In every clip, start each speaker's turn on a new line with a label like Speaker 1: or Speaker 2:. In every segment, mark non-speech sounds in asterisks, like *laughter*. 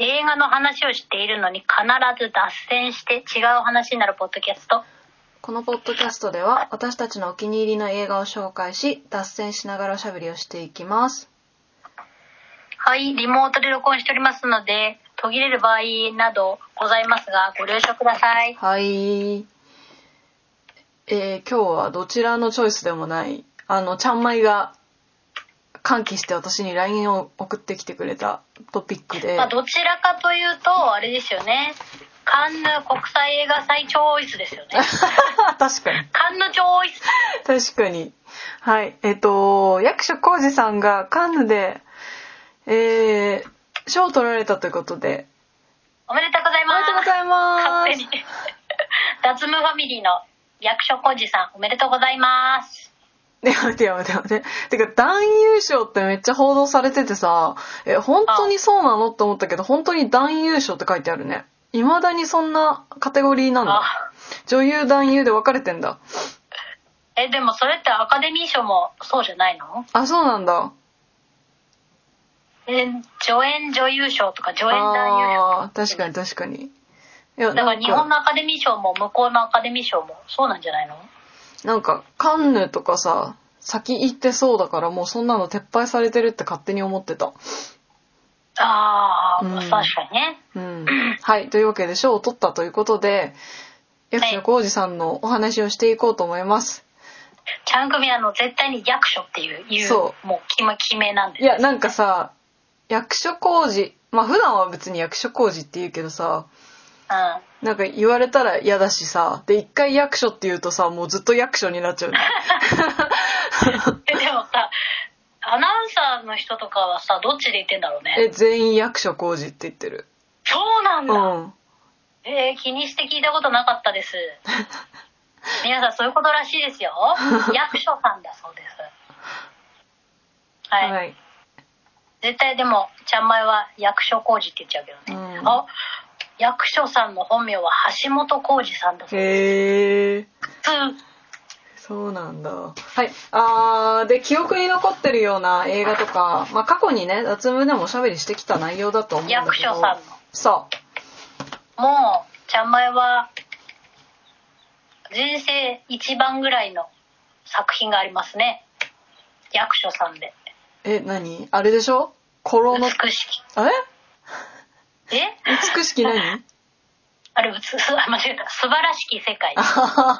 Speaker 1: 映画の話をしているのに必ず脱線して違う話になるポッドキャスト
Speaker 2: このポッドキャストでは私たちのお気に入りの映画を紹介し脱線しながらおしゃべりをしていきます
Speaker 1: はいリモートで録音しておりますので途切れる場合などございますがご了承ください
Speaker 2: はいえー、今日はどちらのチョイスでもないあのちゃんまいが歓喜して私に LINE を送ってきてくれたトピックで
Speaker 1: まあ、どちらかというとあれですよねカンヌ国際映画祭超イスですよね
Speaker 2: *laughs* 確かに
Speaker 1: カンヌ超イス
Speaker 2: 確かにはいえっ、と役所広司さんがカンヌでえー、賞を取られたということで
Speaker 1: おめでとうござい
Speaker 2: おめ
Speaker 1: ま
Speaker 2: でとうご
Speaker 1: す
Speaker 2: ざいま
Speaker 1: 勝手
Speaker 2: す
Speaker 1: に *laughs* 脱ムファミリーの役所広司さんおめでとうございます
Speaker 2: ね、待 *laughs* てや待て待て。てか、男優賞ってめっちゃ報道されててさ、え、本当にそうなのって思ったけど、本当に男優賞って書いてあるね。未だにそんなカテゴリーなんだ。
Speaker 1: あ
Speaker 2: 女優男優で分かれてんだ。
Speaker 1: えでもそれってアカデミー賞もそうじゃないの
Speaker 2: あ、そうなんだ。
Speaker 1: え助演女優賞とか助演男優賞
Speaker 2: あー確かに確かに。いや、
Speaker 1: だか
Speaker 2: な
Speaker 1: ら
Speaker 2: ん
Speaker 1: 日本
Speaker 2: か、
Speaker 1: のアカデミー賞も向こうのアカデミー賞もそうなんじゃないの
Speaker 2: なんか、カンヌとかさ、先行ってそうだから、もうそんなの撤廃されてるって勝手に思ってた。
Speaker 1: ああ、
Speaker 2: うん
Speaker 1: 確かにね *laughs*
Speaker 2: うん。はい。というわけで、賞を取ったということで、役所広司さんのお話をしていこうと思います。
Speaker 1: ちゃん組あの絶対に役所っていういう
Speaker 2: そ
Speaker 1: もう決め決めなんで
Speaker 2: いや、なんかさ、役所工事、まあ普段は別に役所工事って言うけどさ、 *laughs*
Speaker 1: うん
Speaker 2: なんか言われたら嫌だしさ、で、一回役所って言うとさ、もうずっと役所になっ
Speaker 1: *laughs*
Speaker 2: ちゃうね。
Speaker 1: えでもさアナウンサーの人とかはさどっちで言ってんだろうね
Speaker 2: え、全員役所工事って言ってる。
Speaker 1: そうなんだ、
Speaker 2: うん。
Speaker 1: えー気にして聞いたことなかった
Speaker 2: *laughs*
Speaker 1: です皆さんそういうことらしいですよ役所さんだそうですはい、
Speaker 2: はい。
Speaker 1: 絶対でもちゃんまいは役所工事って言っちゃうけどね、
Speaker 2: うん
Speaker 1: あ役所さんの本名は橋本浩二さんだそう
Speaker 2: へえ。
Speaker 1: うん
Speaker 2: そうなんだ。はい。あー、で、記憶に残ってるような映画とか、まあ過去にね、脱ムでもおしゃべりしてきた内容だと思うんだけど。
Speaker 1: 役所さんの
Speaker 2: そう。
Speaker 1: もうちゃんまいは人生一番ぐらいの作品がありますね役所さんで
Speaker 2: え、何あれでしょコロの、
Speaker 1: 美しき
Speaker 2: あれ
Speaker 1: え
Speaker 2: 美しき何
Speaker 1: あれうつあ間違えた素晴らしき世界
Speaker 2: あはは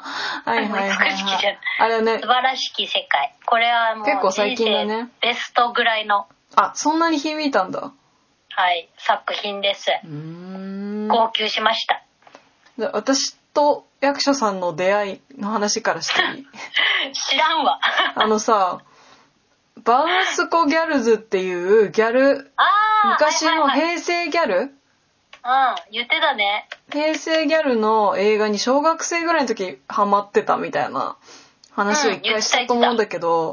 Speaker 2: はいはいはい、
Speaker 1: 美しきじゃん
Speaker 2: はい。あれね
Speaker 1: 素、晴らしき世界これはもう
Speaker 2: 結構最
Speaker 1: 人
Speaker 2: 近だ
Speaker 1: 生
Speaker 2: ね
Speaker 1: ベストぐらいの、
Speaker 2: あ、そんなに響いたんだ。
Speaker 1: はい、作品です、
Speaker 2: うーん。
Speaker 1: 号泣しました
Speaker 2: で私と役所さんの出会いの話か
Speaker 1: *laughs*
Speaker 2: らしていい
Speaker 1: 知らんわ
Speaker 2: あのさ、バウンスコギャルズっていうギャル、
Speaker 1: ああ
Speaker 2: 昔の
Speaker 1: はいはい
Speaker 2: 平成ギャル
Speaker 1: はいうん言ってたね
Speaker 2: 平成ギャルの映画に小学生ぐらいの時ハマってたみたいな話を一回したと思うんだけど、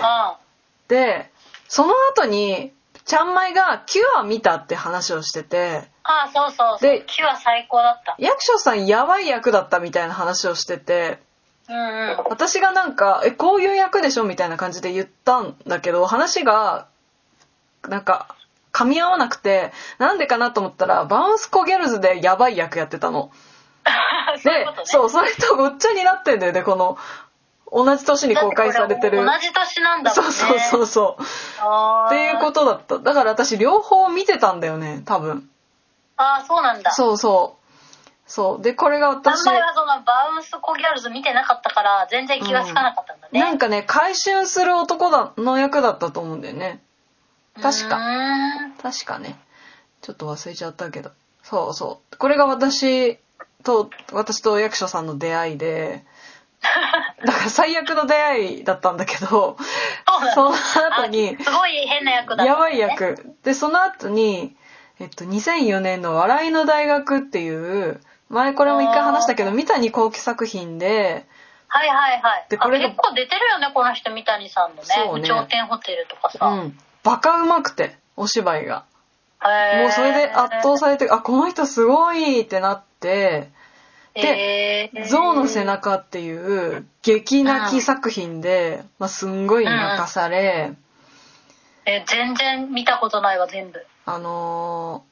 Speaker 1: う
Speaker 2: で、その後に、ちゃんまいがキュア見たって話をしてて、
Speaker 1: んああそうそうそう
Speaker 2: で
Speaker 1: 木は最高だった
Speaker 2: 役所さんやばい役だったみたいな話をしてて
Speaker 1: うんうん
Speaker 2: 私がなんか「えこういう役でしょ?」みたいな感じで言ったんだけど話がなんか噛み合わなくてなんでかなと思ったらバウンスコギャルズでやばい役やってたの。
Speaker 1: *laughs* そ
Speaker 2: で
Speaker 1: ういうことね
Speaker 2: そうそれとごっちゃになってんだよねこの同じ年に公開されてる
Speaker 1: だってこれ同じ年なんだもん
Speaker 2: そう
Speaker 1: ね
Speaker 2: そうそううそうっていうこととだっただから私両方見てたんだよね多分
Speaker 1: ああそうなんだ
Speaker 2: そうそうそうでこれが私
Speaker 1: 私前はそのバウンスコギャルズ見てなかったから全然気がつかなかったんだね、
Speaker 2: なんかね回春する男だの役だったと思うんだよね確か
Speaker 1: うーん
Speaker 2: 確かねちょっと忘れちゃったけどそうそうこれが私と私と役所さんの出会
Speaker 1: *laughs*
Speaker 2: いでだから最悪の出会いだったんだけどその後に
Speaker 1: あすごい変な役だった、ね、
Speaker 2: やばい役でその後にえっと2004年の「笑いの大学」っていう前これも一回話したけど
Speaker 1: あー
Speaker 2: 三谷幸喜作品で
Speaker 1: はいはいはい
Speaker 2: でこれ
Speaker 1: あ
Speaker 2: が
Speaker 1: 結構出てるよねこの人三谷さんのね
Speaker 2: そうね
Speaker 1: 頂点ホテルとかさ、
Speaker 2: うんバカうまくてお芝居が。
Speaker 1: へー
Speaker 2: もうそれで圧倒されて、あ、この人すごいってなって、
Speaker 1: へー
Speaker 2: 象の背中っていう激泣き作品で、まあ、すんごい泣かされ、
Speaker 1: え全然見たことないわ全部
Speaker 2: あの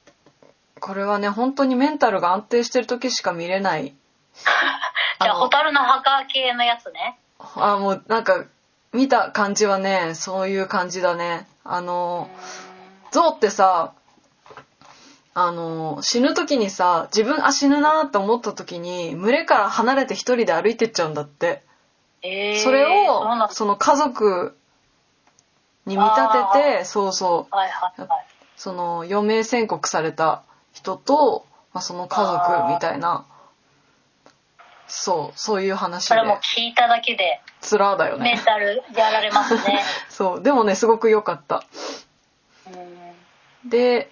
Speaker 2: これはね本当にメンタルが安定してる時しか見れない
Speaker 1: じゃあ、
Speaker 2: あの
Speaker 1: 蛍の墓系のやつね。
Speaker 2: あもうなんか見た感じはねそういう感じだねあ
Speaker 1: うー
Speaker 2: の
Speaker 1: ん
Speaker 2: 象ってさあの死ぬ時にさ自分あ死ぬなって思った時に群れから離れて一人で歩いてっちゃうんだって
Speaker 1: えー、
Speaker 2: それ
Speaker 1: そうなんだ
Speaker 2: をその家族に見立ててそうそう
Speaker 1: はいはいはい。
Speaker 2: その余命宣告された人と、まあ、その家族みたいなそうそういう話
Speaker 1: そ
Speaker 2: で
Speaker 1: れも聞いただけで、
Speaker 2: つらだよ
Speaker 1: メン
Speaker 2: ね
Speaker 1: タルやられます
Speaker 2: *laughs*
Speaker 1: ね。
Speaker 2: そうでもねすごく良かった
Speaker 1: うーん
Speaker 2: で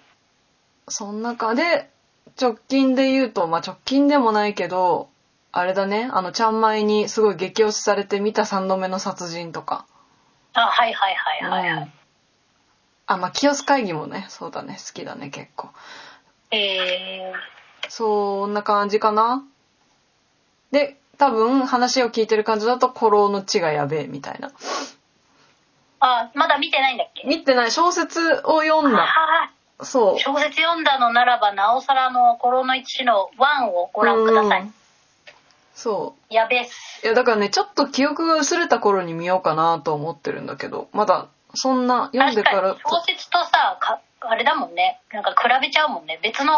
Speaker 2: そん中で直近で言うとまあ直近でもないけどあれだねあのちゃんまいにすごい激推しされて見た3度目の殺人とか、
Speaker 1: あ、はいはいはいはいは
Speaker 2: うん
Speaker 1: い。
Speaker 2: あまあ清須会議もねそうだね好きだね結構
Speaker 1: え
Speaker 2: そんな感じかな。で、多分話を聞いてる感じだと、古老の地がやべえみたいな。
Speaker 1: ー、あ、まだ見てないんだっけ
Speaker 2: 見てない小説を読んだ。
Speaker 1: あ
Speaker 2: そ
Speaker 1: ー小説読んだのならば、なおさらのコロの一の1を
Speaker 2: う。
Speaker 1: ご覧くださ
Speaker 2: う
Speaker 1: い
Speaker 2: ん。。そ
Speaker 1: やべっす。
Speaker 2: う。いや、だからね、ちょっと記憶が薄れた頃に見ようかなと思ってるんだけど、まだ、そんな読んで
Speaker 1: 確
Speaker 2: か
Speaker 1: からに、小説とさか、あれだもんね。なんか比べちゃうもんね。別の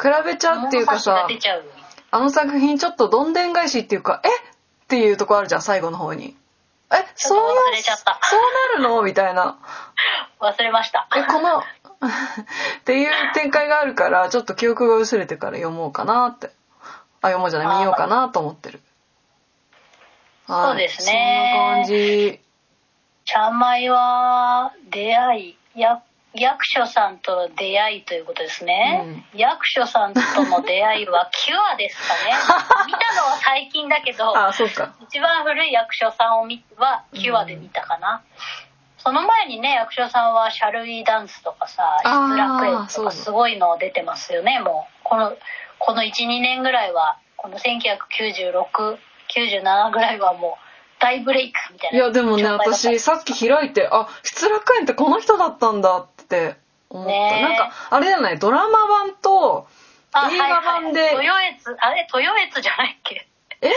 Speaker 2: 比べちゃうっていうかさ
Speaker 1: 物差しが、出ちゃうよね
Speaker 2: あの作品ちょっとどんでん返しっていうか、えっていうとこあるじゃん、最後の方に。え、
Speaker 1: ち
Speaker 2: そ
Speaker 1: ょ
Speaker 2: う
Speaker 1: っ
Speaker 2: な
Speaker 1: と、忘れちゃった
Speaker 2: そうなるのみたいな。
Speaker 1: 忘れました。 *laughs*
Speaker 2: えこのっていう展開があるからちょっと記憶が薄れてから読もうかなってあ読もうじゃない見ようかなと思ってるはい
Speaker 1: そうですね
Speaker 2: そんな感じ
Speaker 1: ちゃんまいは出会いや役所さんとの出会いということですね、役所さんとの出会いはキュアですか
Speaker 2: *laughs*
Speaker 1: ね見たのは最近だけど
Speaker 2: あそうか
Speaker 1: 一番古い役所さんを見はキュアで見たかな、その前にね役所さんは「シャルウィーダンス」とかさ「
Speaker 2: あー
Speaker 1: ブラックエッジ」と
Speaker 2: そうだ
Speaker 1: かすごいの出てますよねもうこのこの12年ぐらいはこの199697ぐらいはもう大ブレイクみたい
Speaker 2: い
Speaker 1: な
Speaker 2: やでもね
Speaker 1: 状態だった
Speaker 2: 私さっき開いてあ失楽園ってこの人だったんだって思った、
Speaker 1: ねえ
Speaker 2: なんかあれじゃないドラマ版と
Speaker 1: あ
Speaker 2: 映画版で
Speaker 1: はいはい、豊悦あれ豊悦じゃないっけ
Speaker 2: え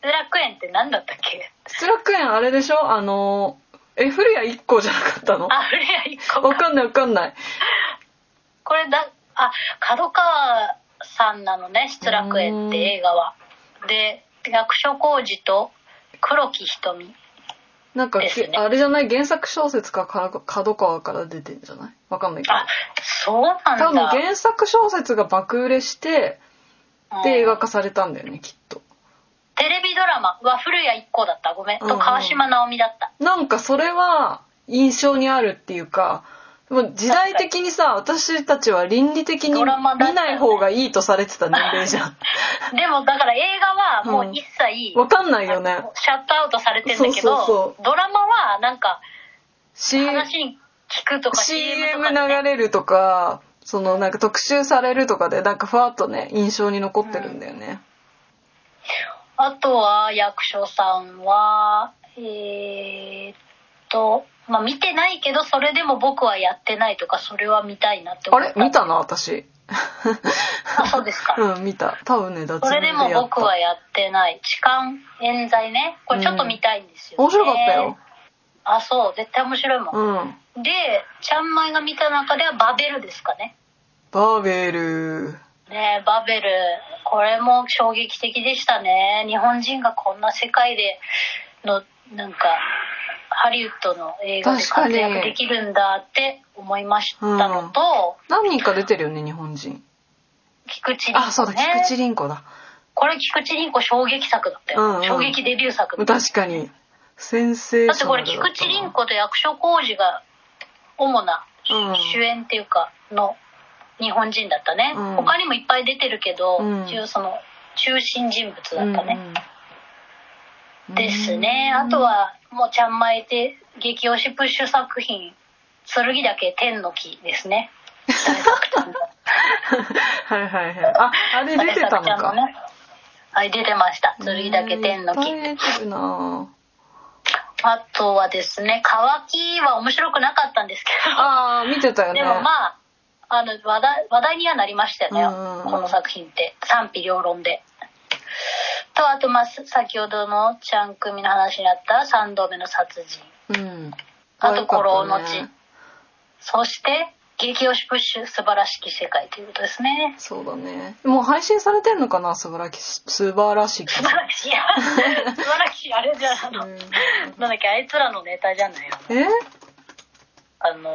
Speaker 1: 失楽園って何だったっけ
Speaker 2: 失楽園あれでしょあのえ古谷一行じゃなかったの
Speaker 1: あフレア一個
Speaker 2: わかんないわかんない
Speaker 1: これだあ角川さんなのね失楽園って映画はで役所広司と黒木瞳
Speaker 2: なんか、
Speaker 1: ですね
Speaker 2: あれじゃない原作小説かか角川から出てんじゃないわかんないけど
Speaker 1: あそうなんだ
Speaker 2: 多分原作小説が爆売れして
Speaker 1: うん
Speaker 2: で映画化されたんだよねきっと
Speaker 1: テレビドラマは古谷一行だったごめん、
Speaker 2: うんう
Speaker 1: と
Speaker 2: ん
Speaker 1: 川島直美だった
Speaker 2: なんかそれは印象にあるっていうかでも時代的にさ私たちは倫理的に
Speaker 1: ドラマだ
Speaker 2: 見
Speaker 1: ったよね
Speaker 2: ない方がいいとされてた年齢じゃん
Speaker 1: でもだから映画はもう一切、
Speaker 2: わかんないよ
Speaker 1: あ
Speaker 2: ね
Speaker 1: のシャットアウトされてんだけど
Speaker 2: そうそうそ
Speaker 1: ドラマはなんか
Speaker 2: C
Speaker 1: 話に聞くとか
Speaker 2: CM
Speaker 1: とかね
Speaker 2: 流れるとかそのなんか特集されるとかでなんかふわっとね印象に残ってるんだよね、
Speaker 1: あとは役所さんはえー、っとまあ見てないけどそれでも僕はやってないとかそれは見たいなって思
Speaker 2: あ
Speaker 1: った
Speaker 2: れ見たな私 *laughs*
Speaker 1: あそうですか、
Speaker 2: うん、見た。多分ね、脱
Speaker 1: それでも
Speaker 2: やった
Speaker 1: 僕はやってない痴漢冤罪ねこれちょっと見たいんですよ、ね
Speaker 2: 面白かったよ。
Speaker 1: あそう絶対面白いもん、
Speaker 2: うん。
Speaker 1: でちゃんまいが見た中ではバベルですかね
Speaker 2: バーベル。
Speaker 1: ねえバベルこれも衝撃的でしたね日本人がこんな世界でのなんかハリウッドの映画で
Speaker 2: 確か
Speaker 1: 活
Speaker 2: に
Speaker 1: 躍できるんだって思いましたのと、
Speaker 2: 何人か出てるよね、日本人。
Speaker 1: 菊池
Speaker 2: あ、そうだ、菊池
Speaker 1: ね
Speaker 2: 凛子だ。
Speaker 1: これ菊池凛子衝撃作だったよ、
Speaker 2: うんうん
Speaker 1: 衝撃デビュー作だった
Speaker 2: 確かに。先生。
Speaker 1: だってこれ菊池凛子と役所広司が主な
Speaker 2: うん
Speaker 1: 主演っていうかの日本人だったね、
Speaker 2: うん
Speaker 1: 他にもいっぱい出てるけど、
Speaker 2: うん
Speaker 1: 一応その中心人物だったね、
Speaker 2: うん
Speaker 1: ですね。あと。は、もうちゃんまいて、激推しプッシュ作品、剣だけ天の木ですね。
Speaker 2: *laughs* はいはいはい。あ、あれ *laughs* 出てたの
Speaker 1: 大作ちゃ
Speaker 2: か
Speaker 1: ん。ね。はい、出てました。剣だけ天の木。
Speaker 2: うんいっぱい出てるなぁ
Speaker 1: あとはですね、乾きは面白くなかったんですけど、
Speaker 2: あー、見てたよね。
Speaker 1: でもまあ、あの話題話題にはなりましたよね、
Speaker 2: うん
Speaker 1: この作品って賛否両論で。とあと、まあ、す先ほどのちゃん組の話にあった3度目の殺人
Speaker 2: うん。
Speaker 1: あと
Speaker 2: 可愛かった
Speaker 1: コロの血そして激推しプッシュ素晴らしき世界ということですね。
Speaker 2: そうだね。もう配信されてんのかな素晴らしき、素晴らしき。
Speaker 1: 素晴らしいや素晴らしいあれじゃんあの、
Speaker 2: うん
Speaker 1: なんだっけあいつらのネタじゃないよ *laughs*
Speaker 2: え
Speaker 1: あの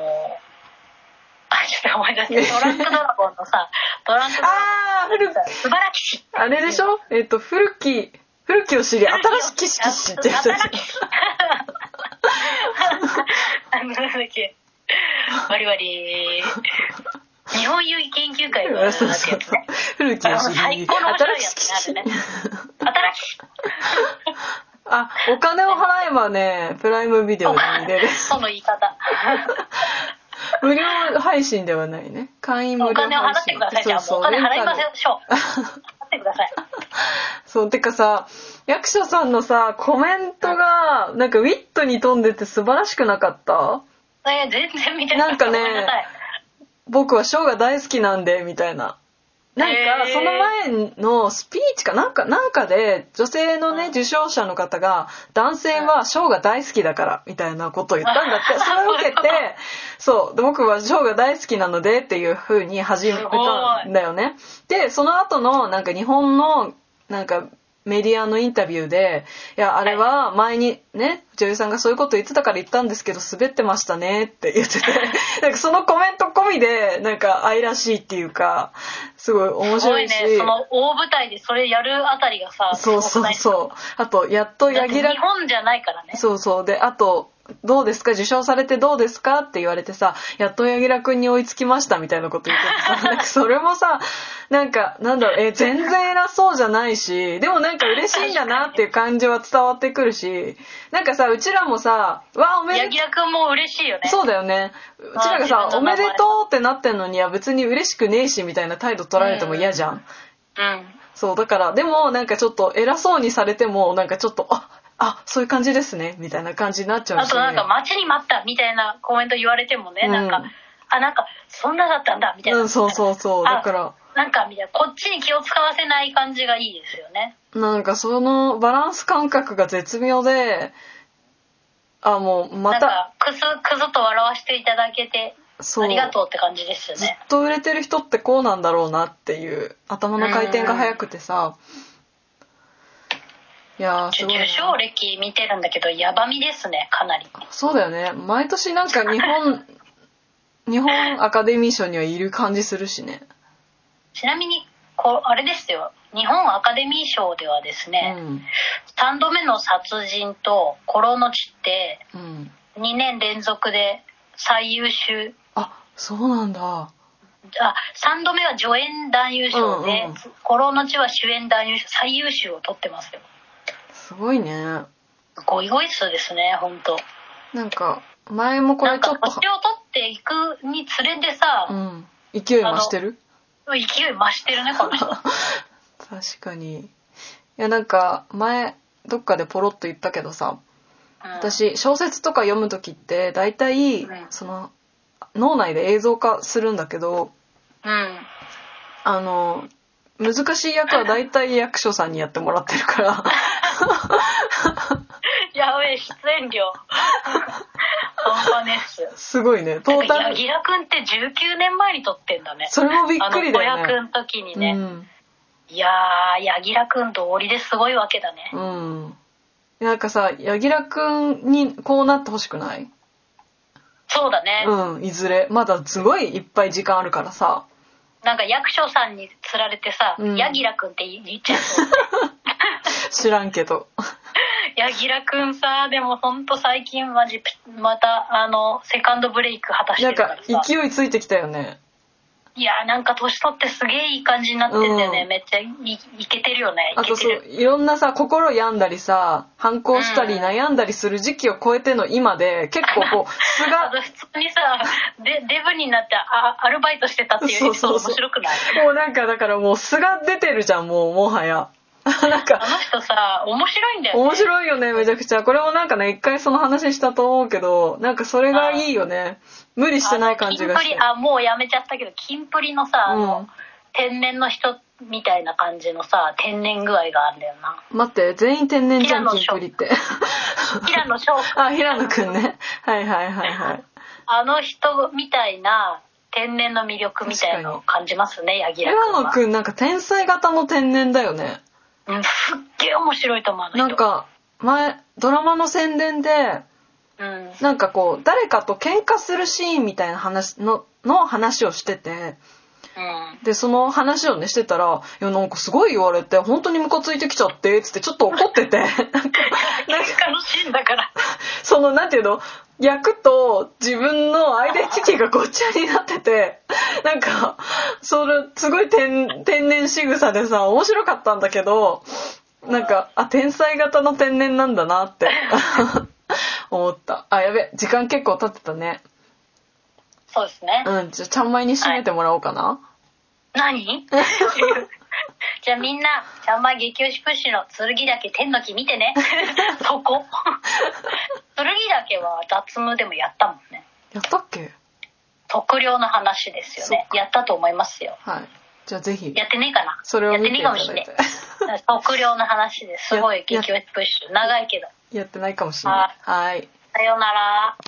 Speaker 1: あちょっと思い出してトランクドラゴンのさトランクドラ
Speaker 2: あー、古
Speaker 1: ゴンのさ素晴らしい
Speaker 2: あれでしょえっと、古き、古きを知り、新しきしきしってやつ
Speaker 1: 新しきあのなんだっけバリバリ日本遊戯研究会のなんだっけ
Speaker 2: そうそうそう。古きを知り、
Speaker 1: 最高の面白い
Speaker 2: 新
Speaker 1: や
Speaker 2: しき
Speaker 1: つ
Speaker 2: し
Speaker 1: ねあれね新しい
Speaker 2: あ、お金を払えばね、プライムビデオに入
Speaker 1: *laughs*
Speaker 2: れる。
Speaker 1: その言い方。
Speaker 2: 無料配信ではないね。会員無料
Speaker 1: お金を払
Speaker 2: 配
Speaker 1: って
Speaker 2: 信。
Speaker 1: ください。じゃあもうお金払いましょう。払ってください。
Speaker 2: そう、てかさ、役所さんのさ、コメントが、なんかウィットに富んでて素晴らしくなかった
Speaker 1: えー全然見てない。
Speaker 2: なんかね
Speaker 1: ごめんなさい
Speaker 2: 僕はショーが大好きなんで、みたいな。なんか、
Speaker 1: へー
Speaker 2: その前のスピーチかなんか、なんかで、女性のね、
Speaker 1: うん
Speaker 2: 受賞者の方が、男性はショーが大好きだから、みたいなことを言ったん
Speaker 1: *laughs*
Speaker 2: だって、それを受けて、そう、で僕はショーが大好きなので、っていう風に始めたんだよね。で、その後の、なんか日本の、なんか、メディアのインタビューで、いや、あれは前にね、女優さんがそういうこと言ってたから言ったんですけど、滑ってましたねって言
Speaker 1: *laughs*
Speaker 2: ってて、なんかそのコメント込みで、なんか愛らしいっていうか、すごい面
Speaker 1: すご
Speaker 2: 白い
Speaker 1: い
Speaker 2: し、
Speaker 1: ね。その大舞台でそれやるあたりがさ、
Speaker 2: そうそうそう。あと、やっと
Speaker 1: う日
Speaker 2: 柳楽
Speaker 1: 本じゃないからね。
Speaker 2: そうそう。で、あと、どうですか受賞されてどうですかって言われてさ、やっと柳楽君に追いつきましたみたいなこと言っててさ、 *laughs* なんかそれもさ、なんか、なんだろう、え、全然偉そうじゃないし、でもなんか嬉しいんだなっていう感じは伝わってくるし、なんかさ、うちらもさ、わ、おめでとう
Speaker 1: 柳楽君も嬉しいよね。
Speaker 2: そうだよね。うちらがさ
Speaker 1: あー自分の名前、
Speaker 2: おめでとうってなってんのに、いや別に嬉しくねえしみたいな態度取られても嫌じゃん。
Speaker 1: うん。
Speaker 2: そう、だから、でもなんかちょっと偉そうにされても、なんかちょっと、あ、あ、そういう感じですね、みたいな感じになっちゃうし。
Speaker 1: あとなんか待ちに待ったみたいなコメント言われてもね、
Speaker 2: うん
Speaker 1: なんか、あ、なんかそんなだったんだみたいな。
Speaker 2: うん、そうそうそう。
Speaker 1: あ
Speaker 2: だから、
Speaker 1: なんかみたいな、こっちに気を使わせない感じがいいですよね。
Speaker 2: なんかそのバランス感覚が絶妙で、あ、もうま
Speaker 1: なん
Speaker 2: た、
Speaker 1: か、くす、くずと笑わせていただけて、
Speaker 2: そう。
Speaker 1: ありがとうって感じですよ
Speaker 2: ずっ
Speaker 1: ね。
Speaker 2: と売れてる人ってこうなんだろうなっていう、頭の回転が速くてさ、いやー、
Speaker 1: 受
Speaker 2: すごいな。
Speaker 1: 賞歴見てるんだけど、やばみですね、かなり。
Speaker 2: そうだよね。毎年なんか日本、日本アカデミー賞にはいる感じするしね。
Speaker 1: ちなみに、こう、あれですよ。日本アカデミー賞ではです
Speaker 2: う
Speaker 1: ね、
Speaker 2: ん。
Speaker 1: 3度目の殺人とコロの血って
Speaker 2: うん。
Speaker 1: 2年連続で最優秀、
Speaker 2: あ、そうなんだ。
Speaker 1: あ、3度目は助演男優賞で、
Speaker 2: うんうん
Speaker 1: コロの血は主演男優賞、最優秀を取ってますよ。
Speaker 2: すごいね。
Speaker 1: ゴイゴイ数ですね、本当
Speaker 2: なんか、前もこ
Speaker 1: な
Speaker 2: れ
Speaker 1: ん
Speaker 2: ちょ
Speaker 1: か
Speaker 2: っ
Speaker 1: 星を取っていくにつれてさ
Speaker 2: と、、うん。勢い増してる
Speaker 1: 勢い増してるね、この *laughs* 人。
Speaker 2: *laughs* 確かに。いや、なんか、前、どっかでポロッと言ったけどさ、
Speaker 1: うん、
Speaker 2: 私、小説とか読む時って、大体
Speaker 1: うん、
Speaker 2: その、脳内で映像化するんだけど、
Speaker 1: うん。
Speaker 2: あの、難しい役は大体役所さんにやってもらってる
Speaker 1: *laughs*
Speaker 2: から。
Speaker 1: やべえ、出演料。本当です。
Speaker 2: すごいね。ト
Speaker 1: な
Speaker 2: ー
Speaker 1: んか
Speaker 2: タル
Speaker 1: 柳。楽君って19年前に撮ってんだね。
Speaker 2: それもびっくりだよ
Speaker 1: あの子役
Speaker 2: ね。
Speaker 1: の時にね。
Speaker 2: うん
Speaker 1: いやー、柳楽君と折りですごいわけだね。
Speaker 2: うん。なんかさ、柳楽くんにこうなってほしくない
Speaker 1: そうだね。
Speaker 2: うん、いずれ。まだすごいいっぱい時間あるからさ。
Speaker 1: なんか役所さんに釣られてさ、
Speaker 2: うん
Speaker 1: 柳楽君って言っちゃう。
Speaker 2: 知らんけど。
Speaker 1: 柳楽君さ、でもほんと最近マジ、またあの、セカンドブレイク果たし
Speaker 2: な
Speaker 1: てる
Speaker 2: ん
Speaker 1: か
Speaker 2: から
Speaker 1: さ。
Speaker 2: 勢いついてきたよね。
Speaker 1: いやーなんか年取ってすげえいい感じになってんだよね。
Speaker 2: うん
Speaker 1: めっちゃいいけてるよね。い
Speaker 2: あ
Speaker 1: け
Speaker 2: と
Speaker 1: て
Speaker 2: そう、
Speaker 1: る。
Speaker 2: いろんなさ、心病んだりさ、反抗したり
Speaker 1: うん
Speaker 2: 悩んだりする時期を超えての今で、結構
Speaker 1: *laughs*
Speaker 2: こう、素
Speaker 1: あ
Speaker 2: が
Speaker 1: と、普通にさデデブになってあアルバイトしてたっていうエピソード面白くない
Speaker 2: もうなんかだからもう素が出てるじゃん、もうもはや。 *laughs* なんか
Speaker 1: あの人さ面白いんだよね
Speaker 2: 面白いよねめちゃくちゃこれもなんかね一回その話したと思うけどなんかそれがいいよね無理してない感じがし
Speaker 1: キンプ
Speaker 2: て
Speaker 1: リあもうやめちゃったけどキンプリのさ、あ
Speaker 2: う
Speaker 1: の
Speaker 2: ん
Speaker 1: 天然の人みたいな感じのさ天然具合があるんだよ
Speaker 2: *laughs*
Speaker 1: な
Speaker 2: 待って全員天然じゃん
Speaker 1: 平野
Speaker 2: キンプリって
Speaker 1: *laughs* 平野翔君
Speaker 2: *laughs* あ平野くんねはいはいはいはい
Speaker 1: あの人みたいな天然の魅力みたいのを感じますね柳楽
Speaker 2: 平
Speaker 1: 君
Speaker 2: 野
Speaker 1: は
Speaker 2: くんなんか天才型の天然だよね
Speaker 1: うんすっげえ面白いと思うあの人
Speaker 2: なんか前ドラマの宣伝で
Speaker 1: うん
Speaker 2: なんかこう誰かと喧嘩するシーンみたいな話のの話をしてて
Speaker 1: うん
Speaker 2: でその話をねしてたら「いやなんかすごい言われて本当にムカついてきちゃって」つってちょっと怒っててなんかなんか
Speaker 1: 喧嘩のシーンだから
Speaker 2: そのなんていうの役と自分のアイデンティティがごっちゃになっててなんかそれすごい天天然仕草でさ面白かったんだけどなんかあ天才型の天然なんだなって *laughs* 思ったあやべ時間結構経ってたね
Speaker 1: そうですね、
Speaker 2: うんじゃあちゃんまいに締めてもらおうかな、 *laughs*
Speaker 1: 何じゃあみんなちゃんまい激推しプッシュの剣だけ天の木見
Speaker 2: *laughs*
Speaker 1: てねそこ剣だけは脱無でもやったもんね
Speaker 2: やったっけ
Speaker 1: 測量の話ですよ
Speaker 2: そ
Speaker 1: ねやったと思いますよ
Speaker 2: はいじゃあぜひ
Speaker 1: やってねえかな
Speaker 2: それを見てい
Speaker 1: や
Speaker 2: た
Speaker 1: っ
Speaker 2: だ
Speaker 1: て
Speaker 2: い
Speaker 1: ねえ
Speaker 2: て
Speaker 1: かもしれ *laughs* ない測量の話ですすごい
Speaker 2: や
Speaker 1: 激推しプッシュ長いけど
Speaker 2: やってないかもしれないはい
Speaker 1: さようなら